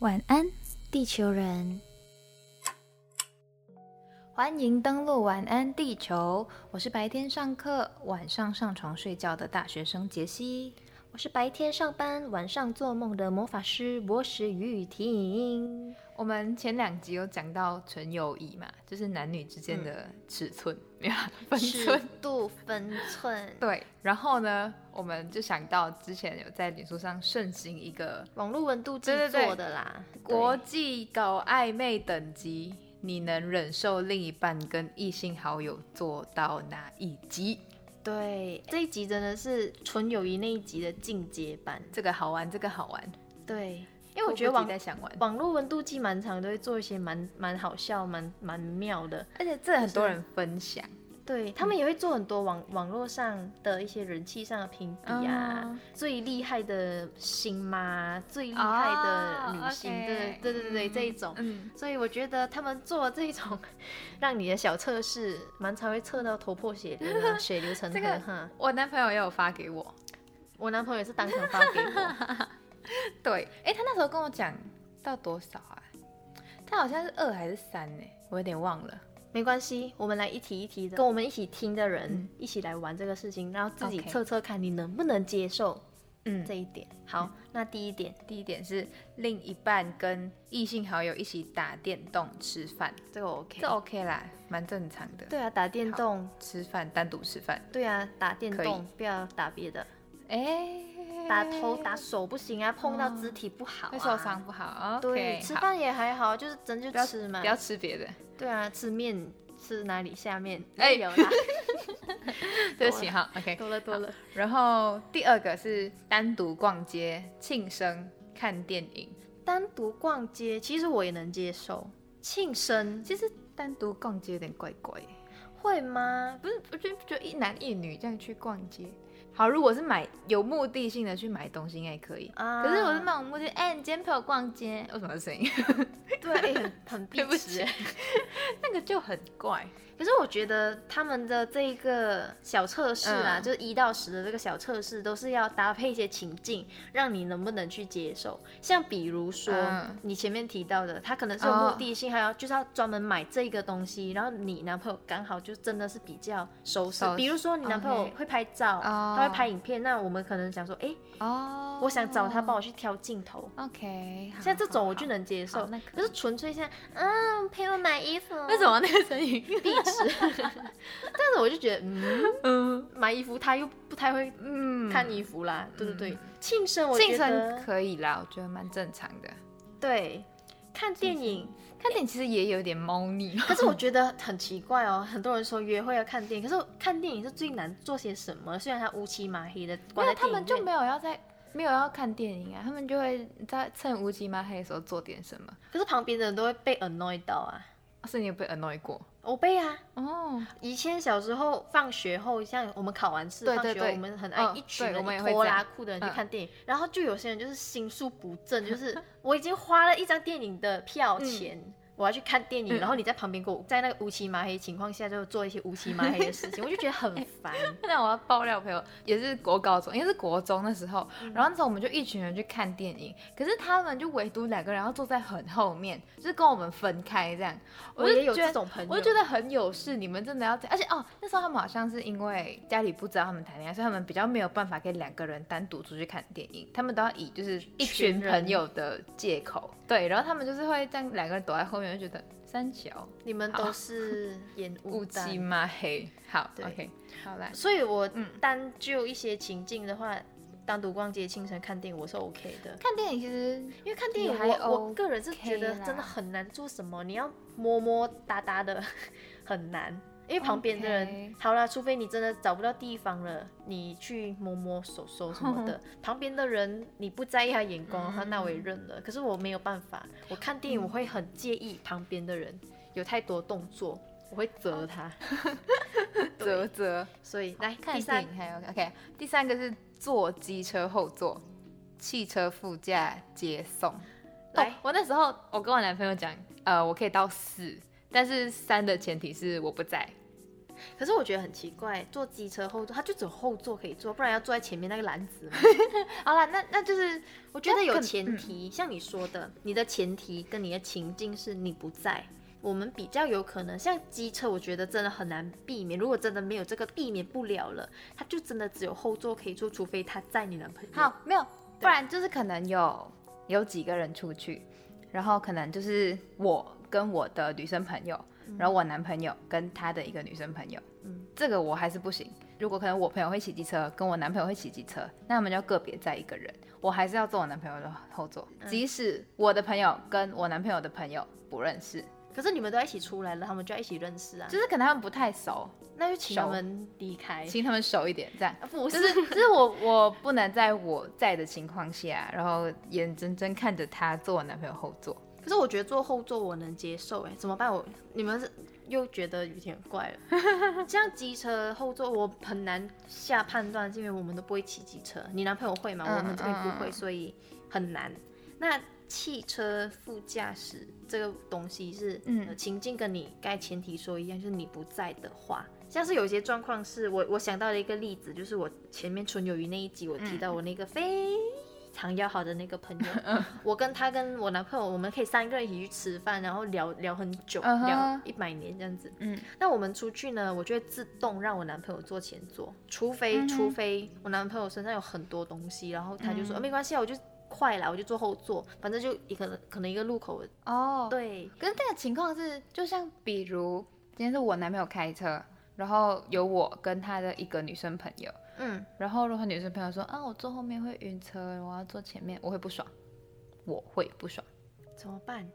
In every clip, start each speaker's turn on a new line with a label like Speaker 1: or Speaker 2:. Speaker 1: 晚安，地球人！欢迎登录晚安地球，我是白天上课、晚上上床睡觉的大学生杰西。
Speaker 2: 我是白天上班、晚上做梦的魔法师博士于雨婷。
Speaker 1: 我们前两集有讲到纯友谊嘛，就是男女之间
Speaker 2: 嗯
Speaker 1: 的尺寸， 没有啊分
Speaker 2: 尺
Speaker 1: 寸。
Speaker 2: 度分寸，
Speaker 1: 对，然后呢，我们就想到之前有在脸书上盛行一个
Speaker 2: 网络温度计
Speaker 1: 对对对
Speaker 2: 做的啦。
Speaker 1: 国
Speaker 2: 对
Speaker 1: 际搞暧昧等级，你能忍受另一半跟异性好友做到哪一级？
Speaker 2: 对这一集真的是纯友谊那一集的进阶版。
Speaker 1: 这个好玩，这个好玩，
Speaker 2: 对，因
Speaker 1: 因
Speaker 2: 为我觉得网
Speaker 1: 在想玩，
Speaker 2: 网络温度计蛮长，都会做一些蛮蛮好笑、蛮蛮妙的。
Speaker 1: 而且这很多人分享
Speaker 2: 对他们也会做很多网网络上的一些人气上的评比啊，
Speaker 1: 嗯
Speaker 2: 最厉害的星妈、最厉害的女星，
Speaker 1: 哦
Speaker 2: 对
Speaker 1: OK
Speaker 2: 对对对对，
Speaker 1: 嗯
Speaker 2: 这一种。
Speaker 1: 嗯，
Speaker 2: 所以我觉得他们做这种 让你的小测试，蛮常会测到头破血流啊、血流成河
Speaker 1: 这个
Speaker 2: 哈。
Speaker 1: 我男朋友也有发给我，
Speaker 2: 我男朋友也是当场发给 我，
Speaker 1: 对，哎、他那时候跟我讲到多少啊？他好像是二还是三呢、我有点忘了。
Speaker 2: 没关系，我们来一题一题的，跟我们一起听的人、
Speaker 1: 嗯
Speaker 2: 一起来玩这个事情，然后自己
Speaker 1: OK
Speaker 2: 测测看你能不能接受
Speaker 1: 嗯，
Speaker 2: 这一点。好，那第一点，
Speaker 1: 第一点是另一半跟异性好友一起打电动吃饭，
Speaker 2: 这个 OK，
Speaker 1: 这 OK 啦，蛮正常的。
Speaker 2: 对啊，打电
Speaker 1: 好
Speaker 2: 动，
Speaker 1: 吃饭单独吃饭，
Speaker 2: 对啊，打电
Speaker 1: 可以
Speaker 2: 动不要打别的，
Speaker 1: 哎、哦
Speaker 2: 打头打手不行啊，碰到肢体不好、啊，
Speaker 1: 会受伤。不好。
Speaker 2: 对
Speaker 1: OK，
Speaker 2: 吃
Speaker 1: 好
Speaker 2: 饭也还好，就是真就
Speaker 1: 不要
Speaker 2: 吃嘛
Speaker 1: 不。要吃别 的。
Speaker 2: 对啊，吃面吃哪里下面？
Speaker 1: 哎
Speaker 2: 哎，有啦，
Speaker 1: 对不起哈，OK。
Speaker 2: 多了多了。
Speaker 1: 然后第二个是单独逛街、庆生、看电影。
Speaker 2: 单独逛街，其实我也能接受。庆生
Speaker 1: 其实单独逛街有点怪怪，
Speaker 2: 会吗？
Speaker 1: 不是？我觉得就一男一女这样去逛街。好，如果是买有目的性的去买东西，应该可以。
Speaker 2: 啊
Speaker 1: 可是我是 那种目的，哎、你今天陪我逛街，为什么是 声音？
Speaker 2: 对啊，哎很 很
Speaker 1: 对
Speaker 2: 逼
Speaker 1: 不
Speaker 2: 吃
Speaker 1: 起。，那个就很怪。
Speaker 2: 可是我觉得他们的这一个小测试啊，
Speaker 1: 嗯
Speaker 2: 就是一到十的这个小测试，都是要搭配一些情境，让你能不能去接受。像比如说、
Speaker 1: 嗯
Speaker 2: 你前面提到的，他可能是有
Speaker 1: 哦
Speaker 2: 目的性，还有就是要专门买这个东西，然后你男朋友刚好就真的是比较熟识
Speaker 1: 熟。识
Speaker 2: 比如说你男朋友
Speaker 1: OK
Speaker 2: 会拍照，
Speaker 1: 哦
Speaker 2: 他会拍影片，那我们可能想说，哎、
Speaker 1: 哦
Speaker 2: 我想找他帮我去挑镜头。
Speaker 1: OK，好
Speaker 2: 像这种我
Speaker 1: 好
Speaker 2: 就能接
Speaker 1: 好
Speaker 2: 受，
Speaker 1: 那
Speaker 2: 可是纯粹像，嗯，陪我买衣服，
Speaker 1: 好为什么那个声音？
Speaker 2: 壁纸， 但是我就觉得，嗯，
Speaker 1: 嗯
Speaker 2: 买衣服他又不太会
Speaker 1: 嗯
Speaker 2: 看衣服啦，对对
Speaker 1: 嗯
Speaker 2: 对，庆生我
Speaker 1: 庆
Speaker 2: 觉
Speaker 1: 生
Speaker 2: 得
Speaker 1: 可以啦，我觉得蛮正常的。
Speaker 2: 对，看电影，
Speaker 1: 看电影其实也有点猫腻，
Speaker 2: 可是我觉得很奇怪哦，很多人说约会要看电影，可是看电影是最难做些什么，虽然它乌漆麻黑的，
Speaker 1: 没
Speaker 2: 关
Speaker 1: 有
Speaker 2: 在
Speaker 1: 他
Speaker 2: 电
Speaker 1: 们
Speaker 2: 影
Speaker 1: 就
Speaker 2: 院，
Speaker 1: 没有要在没有要看电影啊，他们就会在趁乌漆嘛黑的时候做点什么。
Speaker 2: 可是旁边的人都会被 annoy 到啊，
Speaker 1: 哦是你有被 annoy 过
Speaker 2: 我被啊。
Speaker 1: 哦？
Speaker 2: 以前小时候放学后，像我们考完试
Speaker 1: 对
Speaker 2: 放
Speaker 1: 对
Speaker 2: 学后，
Speaker 1: 对
Speaker 2: 我们很
Speaker 1: 嗯
Speaker 2: 爱一群
Speaker 1: 对
Speaker 2: 人
Speaker 1: 我们也会
Speaker 2: 拖
Speaker 1: 这样嗯
Speaker 2: 拉裤的人去看电影，然后就有些人就是心术不正，就是 我已经花了一张电影的票钱。我要去看电影，
Speaker 1: 嗯
Speaker 2: 然后你在旁边给我，在那个乌漆麻黑情况下就做一些乌漆麻黑的 事情，我就觉得很烦。
Speaker 1: 那我要爆料朋友，也是国高中，应该是国中的时候，然后那时候我们就一群人去看电影，可是他们就唯独两个人要坐在很后面，就是跟我们分开这样。
Speaker 2: 我
Speaker 1: 就
Speaker 2: 也有
Speaker 1: 觉得
Speaker 2: 这种朋友，
Speaker 1: 我就觉得很有事，你们真的要这样。而且哦，那时候他们好像是因为家里不知道他们谈恋爱，所以他们比较没有办法跟两个人单独出去看电影，他们都要以就是一群
Speaker 2: 群人
Speaker 1: 朋友的借口。对，然后他们就是会这样，两个人躲在后面，就觉得三小
Speaker 2: 你们都是烟雾
Speaker 1: 乌
Speaker 2: 弹
Speaker 1: 漆嘛黑。好
Speaker 2: 对
Speaker 1: ，OK，好来，
Speaker 2: 所以我
Speaker 1: 嗯
Speaker 2: 单就一些情境的话，单独逛街、清晨看电影，我是 OK 的。
Speaker 1: 看电影其实
Speaker 2: 因为看电
Speaker 1: 也
Speaker 2: 影
Speaker 1: 还
Speaker 2: 我，我个人是
Speaker 1: OK
Speaker 2: 觉得真的
Speaker 1: 啦
Speaker 2: 很难做什么，你要摸摸哒哒的 很难，因为旁边的人
Speaker 1: OK
Speaker 2: 好啦，除非你真的找不到地方了，你去摸摸手手什 么的，旁边的人你不在意他眼
Speaker 1: 嗯
Speaker 2: 光的话，那我也认了。可是我没有办法，我看电影我会很介意旁边的人有太多动作，我会责他，
Speaker 1: 啧啧，
Speaker 2: 所以来
Speaker 1: 哦看电
Speaker 2: 第三
Speaker 1: 影还有 OK。第三个是坐机车后座，汽车副驾接送。
Speaker 2: 来
Speaker 1: 哦，我那时候我跟我男朋友讲，呃，我可以到四，但是三的前提是我不在。
Speaker 2: 可是我觉得很奇怪，坐机车后座，它就只有后座可以坐，不然要坐在前面那个篮子嘛。
Speaker 1: 好啦，那那就是
Speaker 2: 我觉得有
Speaker 1: 可
Speaker 2: 前提，像你说的，你的前提跟你的情境是你不在，我们比较有可能。像机车，我觉得真的很难避免。如果真的没有这个避免不了了，它就真的只有后座可以坐，除非他载你男朋友。
Speaker 1: 好，没有，不然就是可能有有几个人出去，然后可能就是我跟我的女生朋友，然后我男朋友跟他的一个女生朋友，
Speaker 2: 嗯
Speaker 1: 这个我还是不行。如果可能我朋友会骑机车，跟我男朋友会骑机车，那我们就个别载一个人，我还是要坐我男朋友的后座，即使我的朋友跟我男朋友的朋友不认识，
Speaker 2: 可是你们都要一起出来了，他们就要一起认识啊，
Speaker 1: 就是可能他们不太熟，
Speaker 2: 那就请他
Speaker 1: 熟
Speaker 2: 们离开。
Speaker 1: 请他们熟一点这样。
Speaker 2: 啊 不，
Speaker 1: 就是是，就是我我不能在我在的情况下，然后眼睁睁看着他坐我男朋友后座。
Speaker 2: 可是我觉得坐后座我能接受，哎，怎么办？我你们是又觉得有点怪了。 像机车后座我很难下判断，是因为我们都不会骑机车，你男朋友会吗？
Speaker 1: 嗯
Speaker 2: 我们这边不
Speaker 1: 嗯
Speaker 2: 会，
Speaker 1: 嗯
Speaker 2: 所以很难。那汽车副驾驶这个东西是，
Speaker 1: 嗯
Speaker 2: 嗯，情境跟你该前提说一样，就是你不在的话。像是有些状况是我我想到了一个例子，就是我前面春有鱼那一集我
Speaker 1: 嗯
Speaker 2: 提到我那个非常要好的那 个朋友，我跟他跟我男朋友，我们可以三个人一起去吃饭，然后聊聊很久
Speaker 1: 嗯哼
Speaker 2: 聊一百年这样子。
Speaker 1: 嗯，
Speaker 2: 那我们出去呢，我就会自动让我男朋友坐前座，除非、
Speaker 1: 嗯哼
Speaker 2: 除非我男朋友身上有很多东西，然后他就说、呃没关系啊，我就快了，我就坐后座，反正就一个可能一个路口。
Speaker 1: 哦，对。
Speaker 2: 对，
Speaker 1: 可是那个情况是，就像比如今天是我男朋友开车，然后有我跟他的一个女生朋友，
Speaker 2: 嗯，
Speaker 1: 然后如果女生朋友说啊我坐后面会晕车，我要坐前面，我会不爽，我会不爽，
Speaker 2: 怎么办？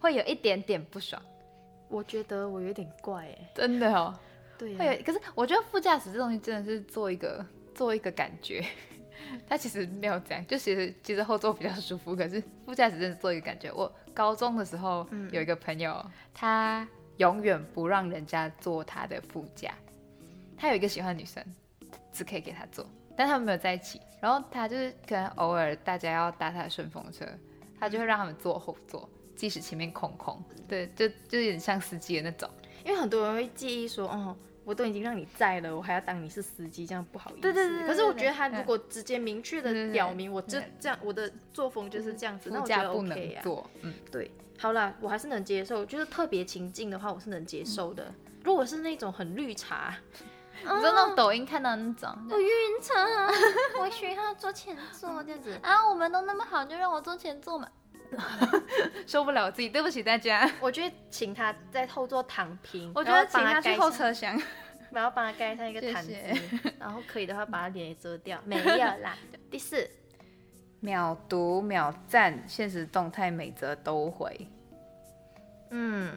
Speaker 1: 会有一点点不爽，
Speaker 2: 我觉得我有点怪哎、
Speaker 1: 真的哦。
Speaker 2: 对啊、
Speaker 1: 会有，可是我觉得副驾驶这东西真的是做一个做一个感觉， 它其实没有这样，就其实其实后座比较舒服，可是副驾驶真的做一个感觉。我高中的时候
Speaker 2: 嗯
Speaker 1: 有一个朋友，他永远不让人家坐他的副驾，他有一个喜欢的女生，只可以给他坐，但他们没有在一起。然后他就是可能偶尔大家要搭他的顺风车，他就会让他们坐后座。即使前面空空，对，就就有点像司机的那种。
Speaker 2: 因为很多人会介意说，哦，我都已经让你载了，我还要当你是司机，这样不好意思。
Speaker 1: 对对对对
Speaker 2: 可是我觉
Speaker 1: 对
Speaker 2: 得他
Speaker 1: 对
Speaker 2: 如果直接明确
Speaker 1: 对对
Speaker 2: 的
Speaker 1: 对
Speaker 2: 表明，我这
Speaker 1: 对
Speaker 2: 这样我的作风就是这样子，那
Speaker 1: 副
Speaker 2: 我觉
Speaker 1: 驾
Speaker 2: 得
Speaker 1: 不
Speaker 2: OK 啊
Speaker 1: 能
Speaker 2: 呀、
Speaker 1: 坐，嗯，
Speaker 2: 对，好啦，我还是能接受，就是特别情境的话，我是能接受的。如果是那种很绿茶，
Speaker 3: 啊
Speaker 1: 你说那种抖音看到那种，
Speaker 3: 我晕车，我需要坐前座这样 子啊！我们都那么好，就让我坐前座嘛。
Speaker 1: 受不了我自己，对不起大 家。
Speaker 2: 我觉得请他在后座躺平，
Speaker 1: 我觉
Speaker 2: 然
Speaker 1: 得
Speaker 2: 后
Speaker 1: 请
Speaker 2: 帮
Speaker 1: 他
Speaker 2: 他
Speaker 1: 去
Speaker 2: 盖
Speaker 1: 后
Speaker 2: 上，
Speaker 1: 车厢，
Speaker 2: 然后帮他盖上一个
Speaker 1: 谢
Speaker 2: 毯子，
Speaker 1: 谢
Speaker 2: 然后可以的话把他脸也遮掉，没有 啦。第四，
Speaker 1: 秒读秒赞，现实动态每则都回。
Speaker 2: 嗯，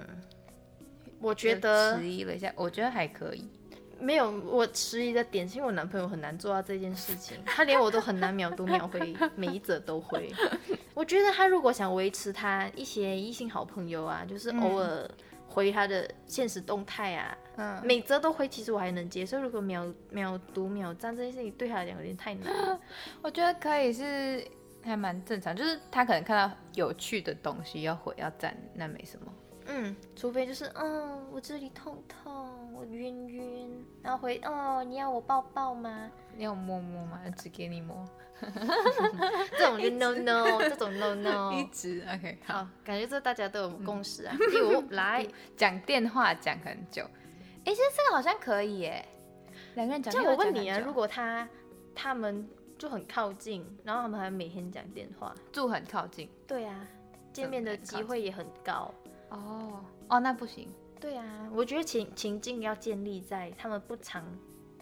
Speaker 2: 我觉得
Speaker 1: 迟疑了一下，我觉得还可以。
Speaker 2: 没有，我迟疑的点是因为我男朋友很难做到这件事情，他连我都很难秒读秒回，每一则都回。我觉得他如果想维持他一些异性好朋友啊，就是偶尔回他的现实动态啊，
Speaker 1: 嗯，
Speaker 2: 每则都回，其实我还能接受。如果秒秒读秒赞这件事情对他来讲有点太难了，
Speaker 1: 我觉得可以是还蛮正常，就是他可能看到有趣的东西要回要赞，那没什么。
Speaker 2: 嗯，除非就是
Speaker 3: 嗯，我这里痛痛，我晕晕，然后回哦，你要我抱抱吗？
Speaker 1: 你有摸摸吗？只给你摸，
Speaker 2: 这种就 no no，这种 no
Speaker 3: 哦
Speaker 2: no。
Speaker 1: 直 OK 好。嗯
Speaker 2: 好，感觉这大家都有共识啊。第五， 来，
Speaker 1: 讲电话讲很久，哎，其实这个好像可以耶。两个人讲
Speaker 2: 这
Speaker 1: 电
Speaker 2: 样
Speaker 1: 话
Speaker 2: 我
Speaker 1: 讲很
Speaker 2: 问
Speaker 1: 久，
Speaker 2: 你啊，如果他他们就很靠近，然后他们还每天讲电话，
Speaker 1: 住很靠近，
Speaker 2: 对啊，见面的机会也很高。
Speaker 1: 哦哦，那不行。
Speaker 2: 对啊，我觉得情情境要建立在他们不常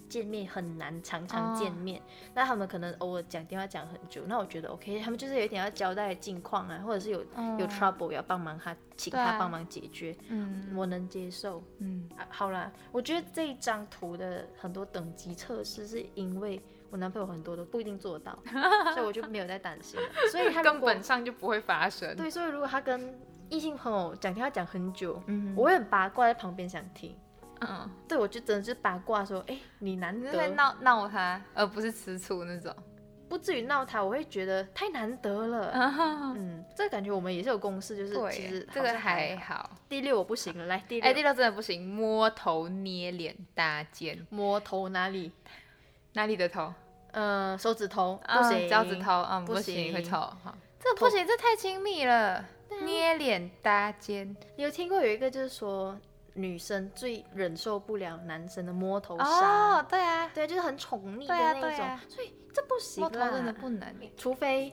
Speaker 2: 见面，很难常
Speaker 1: 哦
Speaker 2: 常见面。那他们可能偶尔讲电话讲很久，那我觉得 OK，他们就是有一点要交代近况啊，或者是有、
Speaker 1: 嗯
Speaker 2: 有 trouble 要帮忙他，请
Speaker 1: 对啊
Speaker 2: 他帮忙解决，
Speaker 1: 嗯
Speaker 2: 我能接受。
Speaker 1: 嗯，
Speaker 2: 啊，好啦，我觉得这一张图的很多等级测试是因为我男朋友很多都不一定做 得到，所以我就没有在担心了。所以他如
Speaker 1: 根
Speaker 2: 果
Speaker 1: 本上就不会发生。
Speaker 2: 对，所以如果他跟异性朋友讲电话讲很久，
Speaker 1: 嗯
Speaker 2: 我会很八卦在旁边想听。
Speaker 1: 嗯，
Speaker 2: 对，我就真的是八卦说，哎，你难
Speaker 1: 你是在
Speaker 2: 得
Speaker 1: 闹闹他，而不是吃醋那种。
Speaker 2: 不至于闹他，我会觉得太难得了。嗯，这个感觉我们也是有共识，就是
Speaker 1: 对
Speaker 2: 其实
Speaker 1: 耶，这
Speaker 2: 好
Speaker 1: 个
Speaker 2: 像
Speaker 1: 还
Speaker 2: 好
Speaker 1: 好。
Speaker 2: 第六我不行了，来第
Speaker 1: 哎，第
Speaker 2: 六
Speaker 1: 六真的不行，摸头、捏脸、搭肩，
Speaker 2: 摸头哪里？
Speaker 1: 哪里的头？
Speaker 2: 呃，手指头不
Speaker 1: 嗯
Speaker 2: 行，
Speaker 1: 脚趾头，嗯，
Speaker 2: 不
Speaker 1: 不行，
Speaker 2: 行
Speaker 1: 会臭。哈啊这不行，这太亲密了。捏脸搭肩，
Speaker 2: 你有听过有一个就是说女生最忍受不了男生的摸头杀，
Speaker 1: 哦，对啊，
Speaker 2: 对，就是很宠溺的
Speaker 1: 对啊
Speaker 2: 那一
Speaker 1: 对
Speaker 2: 种，
Speaker 1: 啊
Speaker 2: 所以这不行啊
Speaker 1: 摸
Speaker 2: 啦，
Speaker 1: 头真的不能。
Speaker 2: 除非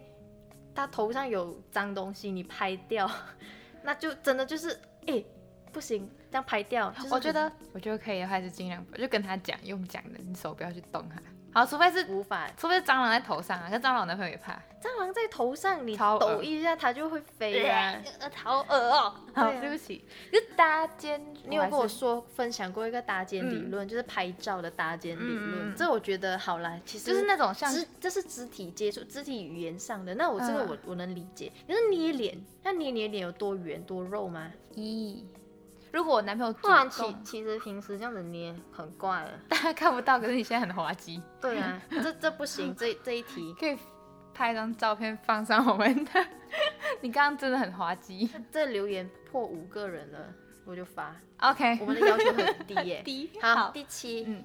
Speaker 2: 他头上有脏东西，你拍掉， 那就真的就是哎、不行，这样拍掉。就是
Speaker 1: 我觉得，我觉得可以的话就尽量不，就跟他讲，用讲的，你手不要去动它。好，除非是，
Speaker 2: 无法，
Speaker 1: 除非是蟑螂在头上啊，跟蟑螂我男朋友也怕。
Speaker 2: 蟑螂在头上，你
Speaker 1: 超
Speaker 2: 抖
Speaker 1: 恶
Speaker 2: 一下它就会飞啊。
Speaker 3: 呃，好恶哦。
Speaker 1: 好，
Speaker 2: 对啊
Speaker 1: 对不起，就搭肩。
Speaker 2: 你有跟我嗯
Speaker 1: 还是
Speaker 2: 说分享过一个搭肩理论，就是拍照的搭肩理
Speaker 1: 嗯
Speaker 2: 论，
Speaker 1: 嗯嗯
Speaker 2: 这我觉得好啦，其实
Speaker 1: 就是那种像
Speaker 2: 肢，这是肢体接触、肢体语言上的。那我这个
Speaker 1: 嗯
Speaker 2: 我、我能理解，可是捏脸，那捏你的脸有多圆多肉吗？
Speaker 1: 咦，如果我男朋友主
Speaker 2: 不然其
Speaker 1: 动，
Speaker 2: 其实平时这样子捏很怪啊。
Speaker 1: 大家看不到，可是你现在很滑稽，
Speaker 2: 对 啊，这这不行，这这 一题，
Speaker 1: 可以拍一张照片放上我们的。 你刚刚真的很滑稽。
Speaker 2: 这留言破五个人了，我就发。
Speaker 1: OK，
Speaker 2: 我们的要求很低耶、
Speaker 1: 低
Speaker 2: 好，第七，
Speaker 1: 嗯，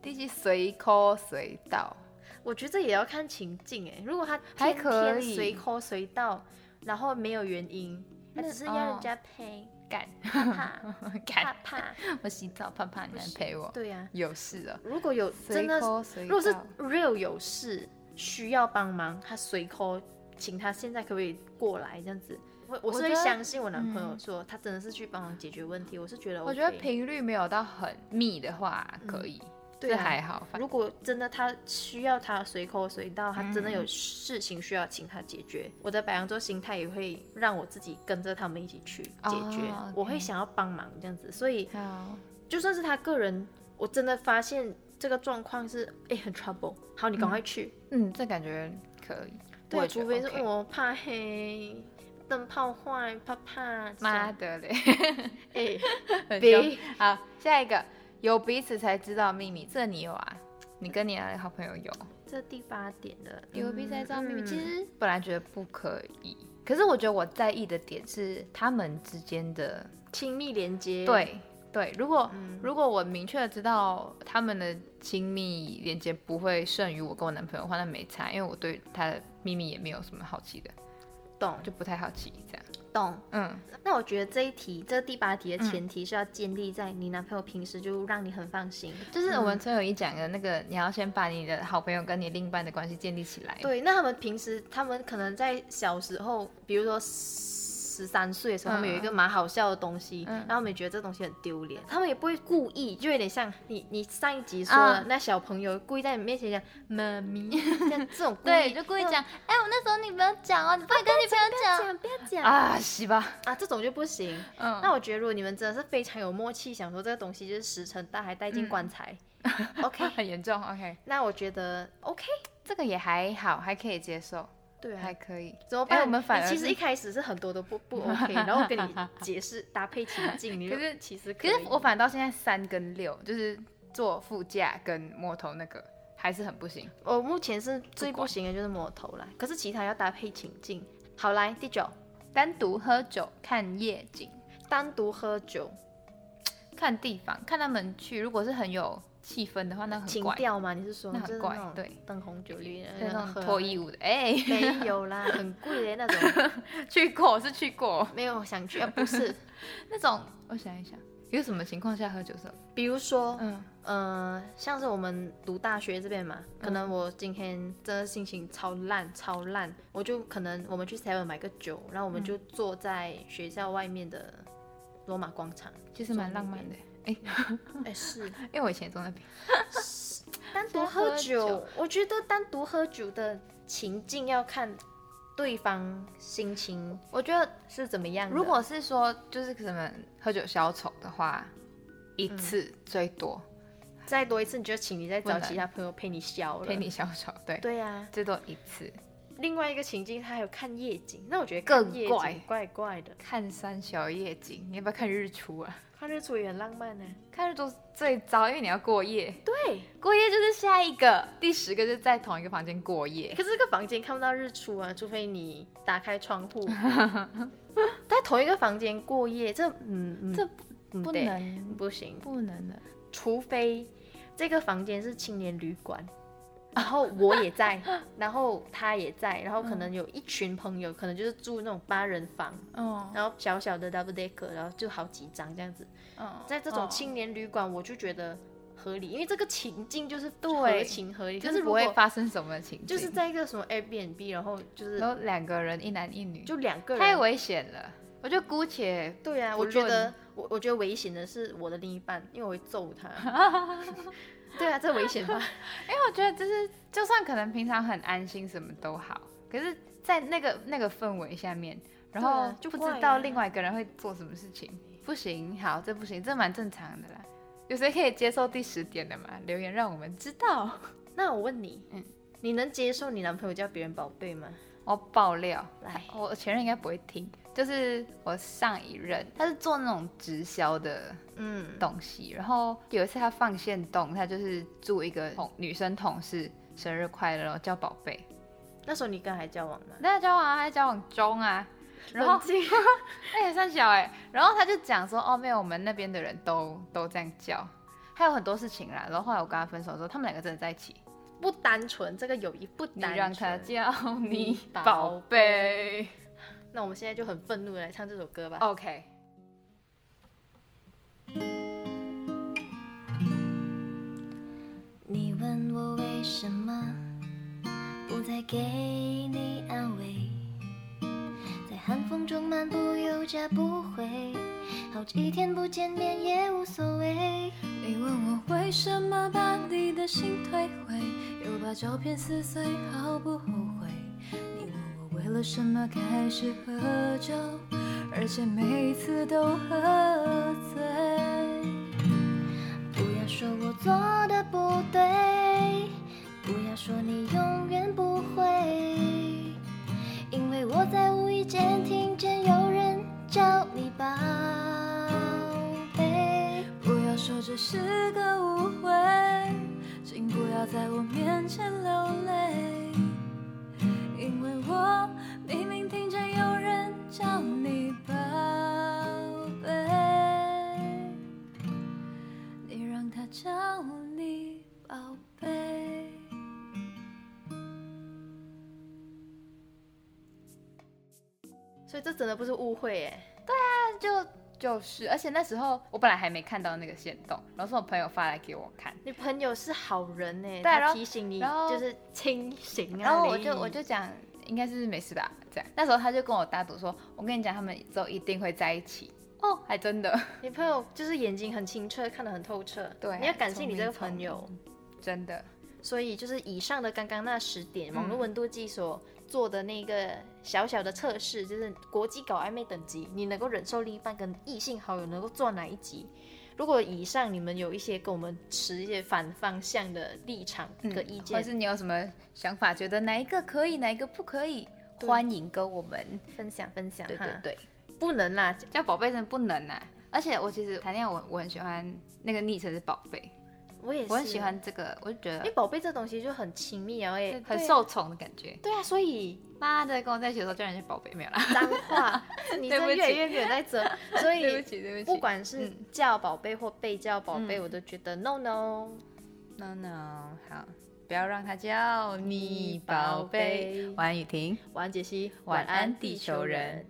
Speaker 1: 第七随 call 随到，
Speaker 2: 我觉得这也要看情境哎、如果他
Speaker 1: 还
Speaker 2: 天
Speaker 1: 可
Speaker 2: 天
Speaker 1: 以
Speaker 2: 随抠随到，然后没有原因，他只是要人家陪，
Speaker 1: 干
Speaker 2: 怕 怕
Speaker 1: 干，
Speaker 2: 怕，
Speaker 1: 我洗澡怕怕你来陪我，
Speaker 2: 对呀、
Speaker 1: 有事哦。
Speaker 2: 如果有真
Speaker 1: 随
Speaker 2: 的，
Speaker 1: call 随
Speaker 2: 如果是
Speaker 1: 到
Speaker 2: real 有事需要帮忙，他随抠，请他现在可不可以过来这样子？我我是
Speaker 1: 我觉
Speaker 2: 会
Speaker 1: 得
Speaker 2: 相信我男朋友
Speaker 1: 嗯
Speaker 2: 说他真的是去帮忙解决问题，我是觉得 OK、
Speaker 1: 我觉得频率没有到很密的话
Speaker 2: 嗯
Speaker 1: 可以，
Speaker 2: 对
Speaker 1: 这
Speaker 2: 啊
Speaker 1: 还好，反
Speaker 2: 如果真的他需要他随口随到，他真的有
Speaker 1: 嗯
Speaker 2: 事情需要请他解决，我的白羊座心态也会让我自己跟着他们一起去解决，
Speaker 1: 哦，OK
Speaker 2: 我会想要帮忙这样子。所以
Speaker 1: 好，
Speaker 2: 就算是他个人，我真的发现这个状况是哎很 trouble，好，你赶快去。
Speaker 1: 嗯，这感觉可以。我
Speaker 2: 对，
Speaker 1: 也觉得
Speaker 2: 除非是
Speaker 1: OK
Speaker 2: 我怕黑。灯泡坏，怕怕这
Speaker 1: 妈
Speaker 2: 样
Speaker 1: 的嘞，
Speaker 2: 哎，
Speaker 1: 很凶
Speaker 2: 别
Speaker 1: 好，下一个有彼此才知道秘密，这你有啊？你跟你的好朋友有？
Speaker 2: 这第八点了，
Speaker 1: 有必在照秘密，
Speaker 2: 嗯
Speaker 1: 其实本来觉得不可以，可是我觉得我在意的点是他们之间的，
Speaker 2: 亲密连接，，
Speaker 1: 对对。如果、
Speaker 2: 嗯
Speaker 1: 如果我明确的知道他们的亲密连接不会胜于我跟我男朋友的话，那没差，因为我对他的秘密也没有什么好奇的，
Speaker 2: 懂
Speaker 1: 就不太好奇这样。
Speaker 2: 懂。
Speaker 1: 嗯，
Speaker 2: 那我觉得这一题，这第八题的前提是要建立在你男朋友平时就让你很放心。
Speaker 1: 就是我们村友一讲的那个，你要先把你的好朋友跟你另一半的关系建立起来。
Speaker 2: 对，那他们平时，他们可能在小时候，比如说十三岁的时候，他们
Speaker 1: 嗯
Speaker 2: 有一个蛮好笑的东西，
Speaker 1: 嗯
Speaker 2: 然后他们也觉得这东西很丢脸，他们也不会故意，就有点像你你上一集说的、
Speaker 1: 啊
Speaker 2: 那小朋友故意在你面前讲妈咪，像这种故 意
Speaker 1: 对，就故意
Speaker 2: 那种
Speaker 1: 讲
Speaker 3: 哎、我那时候你不要讲哦，你不能跟你朋友 讲。
Speaker 2: 不要讲
Speaker 1: 啊，是吧？
Speaker 2: 啊，这种就不行。
Speaker 1: 嗯，
Speaker 2: 那我觉得，如果你们真的是非常有默契，想说这个东西就是石沉大海带进
Speaker 1: 嗯
Speaker 2: 棺材、o k
Speaker 1: 很严重。OK，
Speaker 2: 那我觉得 OK，
Speaker 1: 这个也还好，还可以接受，
Speaker 2: 对啊
Speaker 1: 还，可以。
Speaker 2: 怎么办？
Speaker 1: 哎我们反而
Speaker 2: 你其
Speaker 1: 是
Speaker 2: 实一开始是很多都不 不 OK，然后我跟你解释搭配情 境，你就
Speaker 1: 可是
Speaker 2: 其实
Speaker 1: 可
Speaker 2: 以
Speaker 1: 是我反倒现在三跟六，就是坐副驾跟摸头那个还是很不行。
Speaker 2: 我目前是最
Speaker 1: 不
Speaker 2: 不
Speaker 1: 管
Speaker 2: 行的就是魔头啦，可是其他要搭配情境。好来第九，
Speaker 1: 单独喝酒、看夜景、
Speaker 2: 单独喝酒，
Speaker 1: 看地方、看他们去，如果是很有气氛的话，那很
Speaker 2: 情
Speaker 1: 怪。
Speaker 2: 调嘛？你是说
Speaker 1: 那很
Speaker 2: 就是
Speaker 1: 怪
Speaker 2: 种
Speaker 1: 对
Speaker 2: 灯红酒绿的
Speaker 1: 对那种
Speaker 2: 喝
Speaker 1: 脱衣舞的，哎、
Speaker 2: 没有 啦，很贵的那种，
Speaker 1: 去过我是去过
Speaker 2: 没有想去啊，不是。
Speaker 1: 那种。我想一想，有什么情况下喝酒是？
Speaker 2: 比如 说，
Speaker 1: 嗯，
Speaker 2: 呃，像是我们读大学这边嘛，可能我今天真的心情超烂，超烂，我就可能我们去 seven 买个酒，然后我们就坐在学校外面的罗马广场。
Speaker 1: 其实蛮浪漫的。哎、
Speaker 2: 哎， 是
Speaker 1: 因为我以前也住那边，
Speaker 2: 单独喝酒，我觉得单独喝酒的情境要看对方心情
Speaker 1: 我觉得
Speaker 2: 是怎么样的。
Speaker 1: 如果是说就是什么喝酒消愁的话，一次最多、
Speaker 2: 再多一次，你就请你再
Speaker 1: 不
Speaker 2: 找
Speaker 1: 能
Speaker 2: 其他朋友陪你笑了。
Speaker 1: 陪你消愁，对，
Speaker 2: 对呀、啊
Speaker 1: 最多一次。
Speaker 2: 另外一个情境，他还有看夜景，那我觉得
Speaker 1: 更
Speaker 2: 看夜
Speaker 1: 怪
Speaker 2: 景怪怪的，
Speaker 1: 看山小夜景，你要不要看日出啊？
Speaker 2: 看日出也很浪漫呢、
Speaker 1: 看日出最糟，因为你要过夜，
Speaker 2: 对，
Speaker 1: 过夜就是下一个， 第十个就是在同一个房间过夜。
Speaker 2: 可是这个房间看不到日出啊，除非你打开窗 户，在同一个房间过夜，这嗯嗯
Speaker 1: 这
Speaker 2: 嗯
Speaker 1: 不
Speaker 2: 对
Speaker 1: 能
Speaker 2: 不行，
Speaker 1: 不能的，
Speaker 2: 除非这个房间是青年旅馆， 然后我也在，然后他也在，然后可能有一群朋友，可能就是住那种八人房，
Speaker 1: 嗯
Speaker 2: 然后小小的 double decker，然后就好几张这样子。
Speaker 1: 嗯，
Speaker 2: 在这种青年旅馆，我就觉得合理，因为这个情境就是合
Speaker 1: 对
Speaker 2: 情合理。
Speaker 1: 就
Speaker 2: 可
Speaker 1: 是
Speaker 2: 如
Speaker 1: 不
Speaker 2: 果
Speaker 1: 会发生什么情境，
Speaker 2: 就是在一个什么 Airbnb，然后就是
Speaker 1: 然后两个人一男一女，
Speaker 2: 就两个人，
Speaker 1: 太危险了。我就姑且
Speaker 2: 对啊，
Speaker 1: 不
Speaker 2: 我觉
Speaker 1: 论
Speaker 2: 得我我觉得危险的是我的另一半，因为我会揍 他。对啊，这危险吧？
Speaker 1: 因为我觉得就是，就算可能平常很安心，什么都好，可是，在那个那个氛围下面，然
Speaker 2: 对
Speaker 1: 后
Speaker 2: 啊就
Speaker 1: 不
Speaker 2: 怪
Speaker 1: 知道
Speaker 2: 啊
Speaker 1: 另外一个人会做什么事情，不行，好，这不行，这蛮正常的啦。有谁可以接受第十点的吗？留言让我们知道。
Speaker 2: 那我问你，
Speaker 1: 嗯
Speaker 2: 你能接受你男朋友叫别人宝贝吗？
Speaker 1: 我哦爆料，
Speaker 2: 来，
Speaker 1: 我前任应该不会听，就是我上一任，他是做那种直销的
Speaker 2: 嗯，
Speaker 1: 东西。然后有一次他放线动，他就是祝一个同女生同事生日快乐，然后叫宝贝。
Speaker 2: 那时候你跟他还交往吗？
Speaker 1: 那他交往啊，他交往中啊，然 后
Speaker 2: 冷静
Speaker 1: 哎、欸，三小哎、然后他就讲说，哦，没有，我们那边的人都都这样叫，还有很多事情啦。然后后来我跟他分手之后，他们两个真的在一起，
Speaker 2: 不单纯，这个友谊不
Speaker 1: 你
Speaker 2: 单纯。
Speaker 1: 让他叫你
Speaker 2: 宝
Speaker 1: 宝贝。
Speaker 2: 那我们现在就很愤怒地来唱这首歌吧。
Speaker 1: OK，
Speaker 3: 你问我为什么不再给你安慰，在寒风中漫步有家不回，好几天不见面也无所谓。
Speaker 4: 你问我为什么把你的心退回，又把照片撕碎，毫不后悔。你问我为了什么开始喝酒，而且每次都喝醉。
Speaker 3: 不要说我做的不对，不要说你永远不会，因为我在无意间听见有人叫你宝贝。
Speaker 4: 不要说这是个误会，请不要在我面前流泪，因为我明明听见有人叫你宝贝，你让他叫你宝贝。
Speaker 2: 所以这真的不是误会哎，
Speaker 1: 那就就是，而且那时候我本来还没看到那个线动，然后是我朋友发来给我看，
Speaker 2: 你朋友是好人哎，
Speaker 1: 对啊然
Speaker 2: 他
Speaker 1: 后
Speaker 2: 提醒你
Speaker 1: 然后
Speaker 2: 就是清醒啊。
Speaker 1: 然后我
Speaker 2: 你
Speaker 1: 就我就讲应该是没事吧，这样。那时候他就跟我打赌说，我跟你讲，他们之后一定会在一起。哦，还真的，
Speaker 2: 你朋友就是眼睛很清澈，看得很透彻。
Speaker 1: 对啊
Speaker 2: 你要感谢
Speaker 1: 聪
Speaker 2: 你
Speaker 1: 明
Speaker 2: 这个朋友
Speaker 1: 聪。 真的。
Speaker 2: 所以就是以上的刚刚那十点，
Speaker 1: 嗯
Speaker 2: 网络温度计所做的那个小小的测试，就是国际搞暧昧等级，你能够忍受另一半跟异性好友能够做哪一级？如果以上你们有一些跟我们持一些反方向的立场和意
Speaker 1: 或
Speaker 2: 见，
Speaker 1: 是你嗯有什么想法，觉得哪一个可以，哪一个不可以，
Speaker 2: 对
Speaker 1: 欢迎跟我们。
Speaker 2: 分享分享
Speaker 1: 嗯对对
Speaker 2: 哈，
Speaker 1: 对，
Speaker 2: 不能啦，
Speaker 1: 叫宝贝真的不能啊！而且我其实谈恋爱，我我很喜欢那个昵称是宝贝，
Speaker 2: 我也是啊
Speaker 1: 我很喜，欢这个，我就觉
Speaker 2: 因为
Speaker 1: 得
Speaker 2: 宝贝这东西就很亲密啊，哎，
Speaker 1: 很受宠的感觉。
Speaker 2: 对啊，所以
Speaker 1: 妈的，跟我在一起的时候叫人家宝贝没有啦？
Speaker 2: 脏 话，你
Speaker 1: 对
Speaker 2: 这
Speaker 1: 不起
Speaker 2: 越来越没有在 折，所以
Speaker 1: 对不起，对不起。
Speaker 2: 不管是
Speaker 1: 嗯
Speaker 2: 叫宝贝或被叫宝贝，
Speaker 1: 嗯
Speaker 2: 我都觉得 no no。
Speaker 1: ，no no，好，不要让他叫你宝贝
Speaker 2: 你宝贝。
Speaker 1: 晚安，雨婷。
Speaker 2: 晚安，杰西。
Speaker 1: 晚安地球人。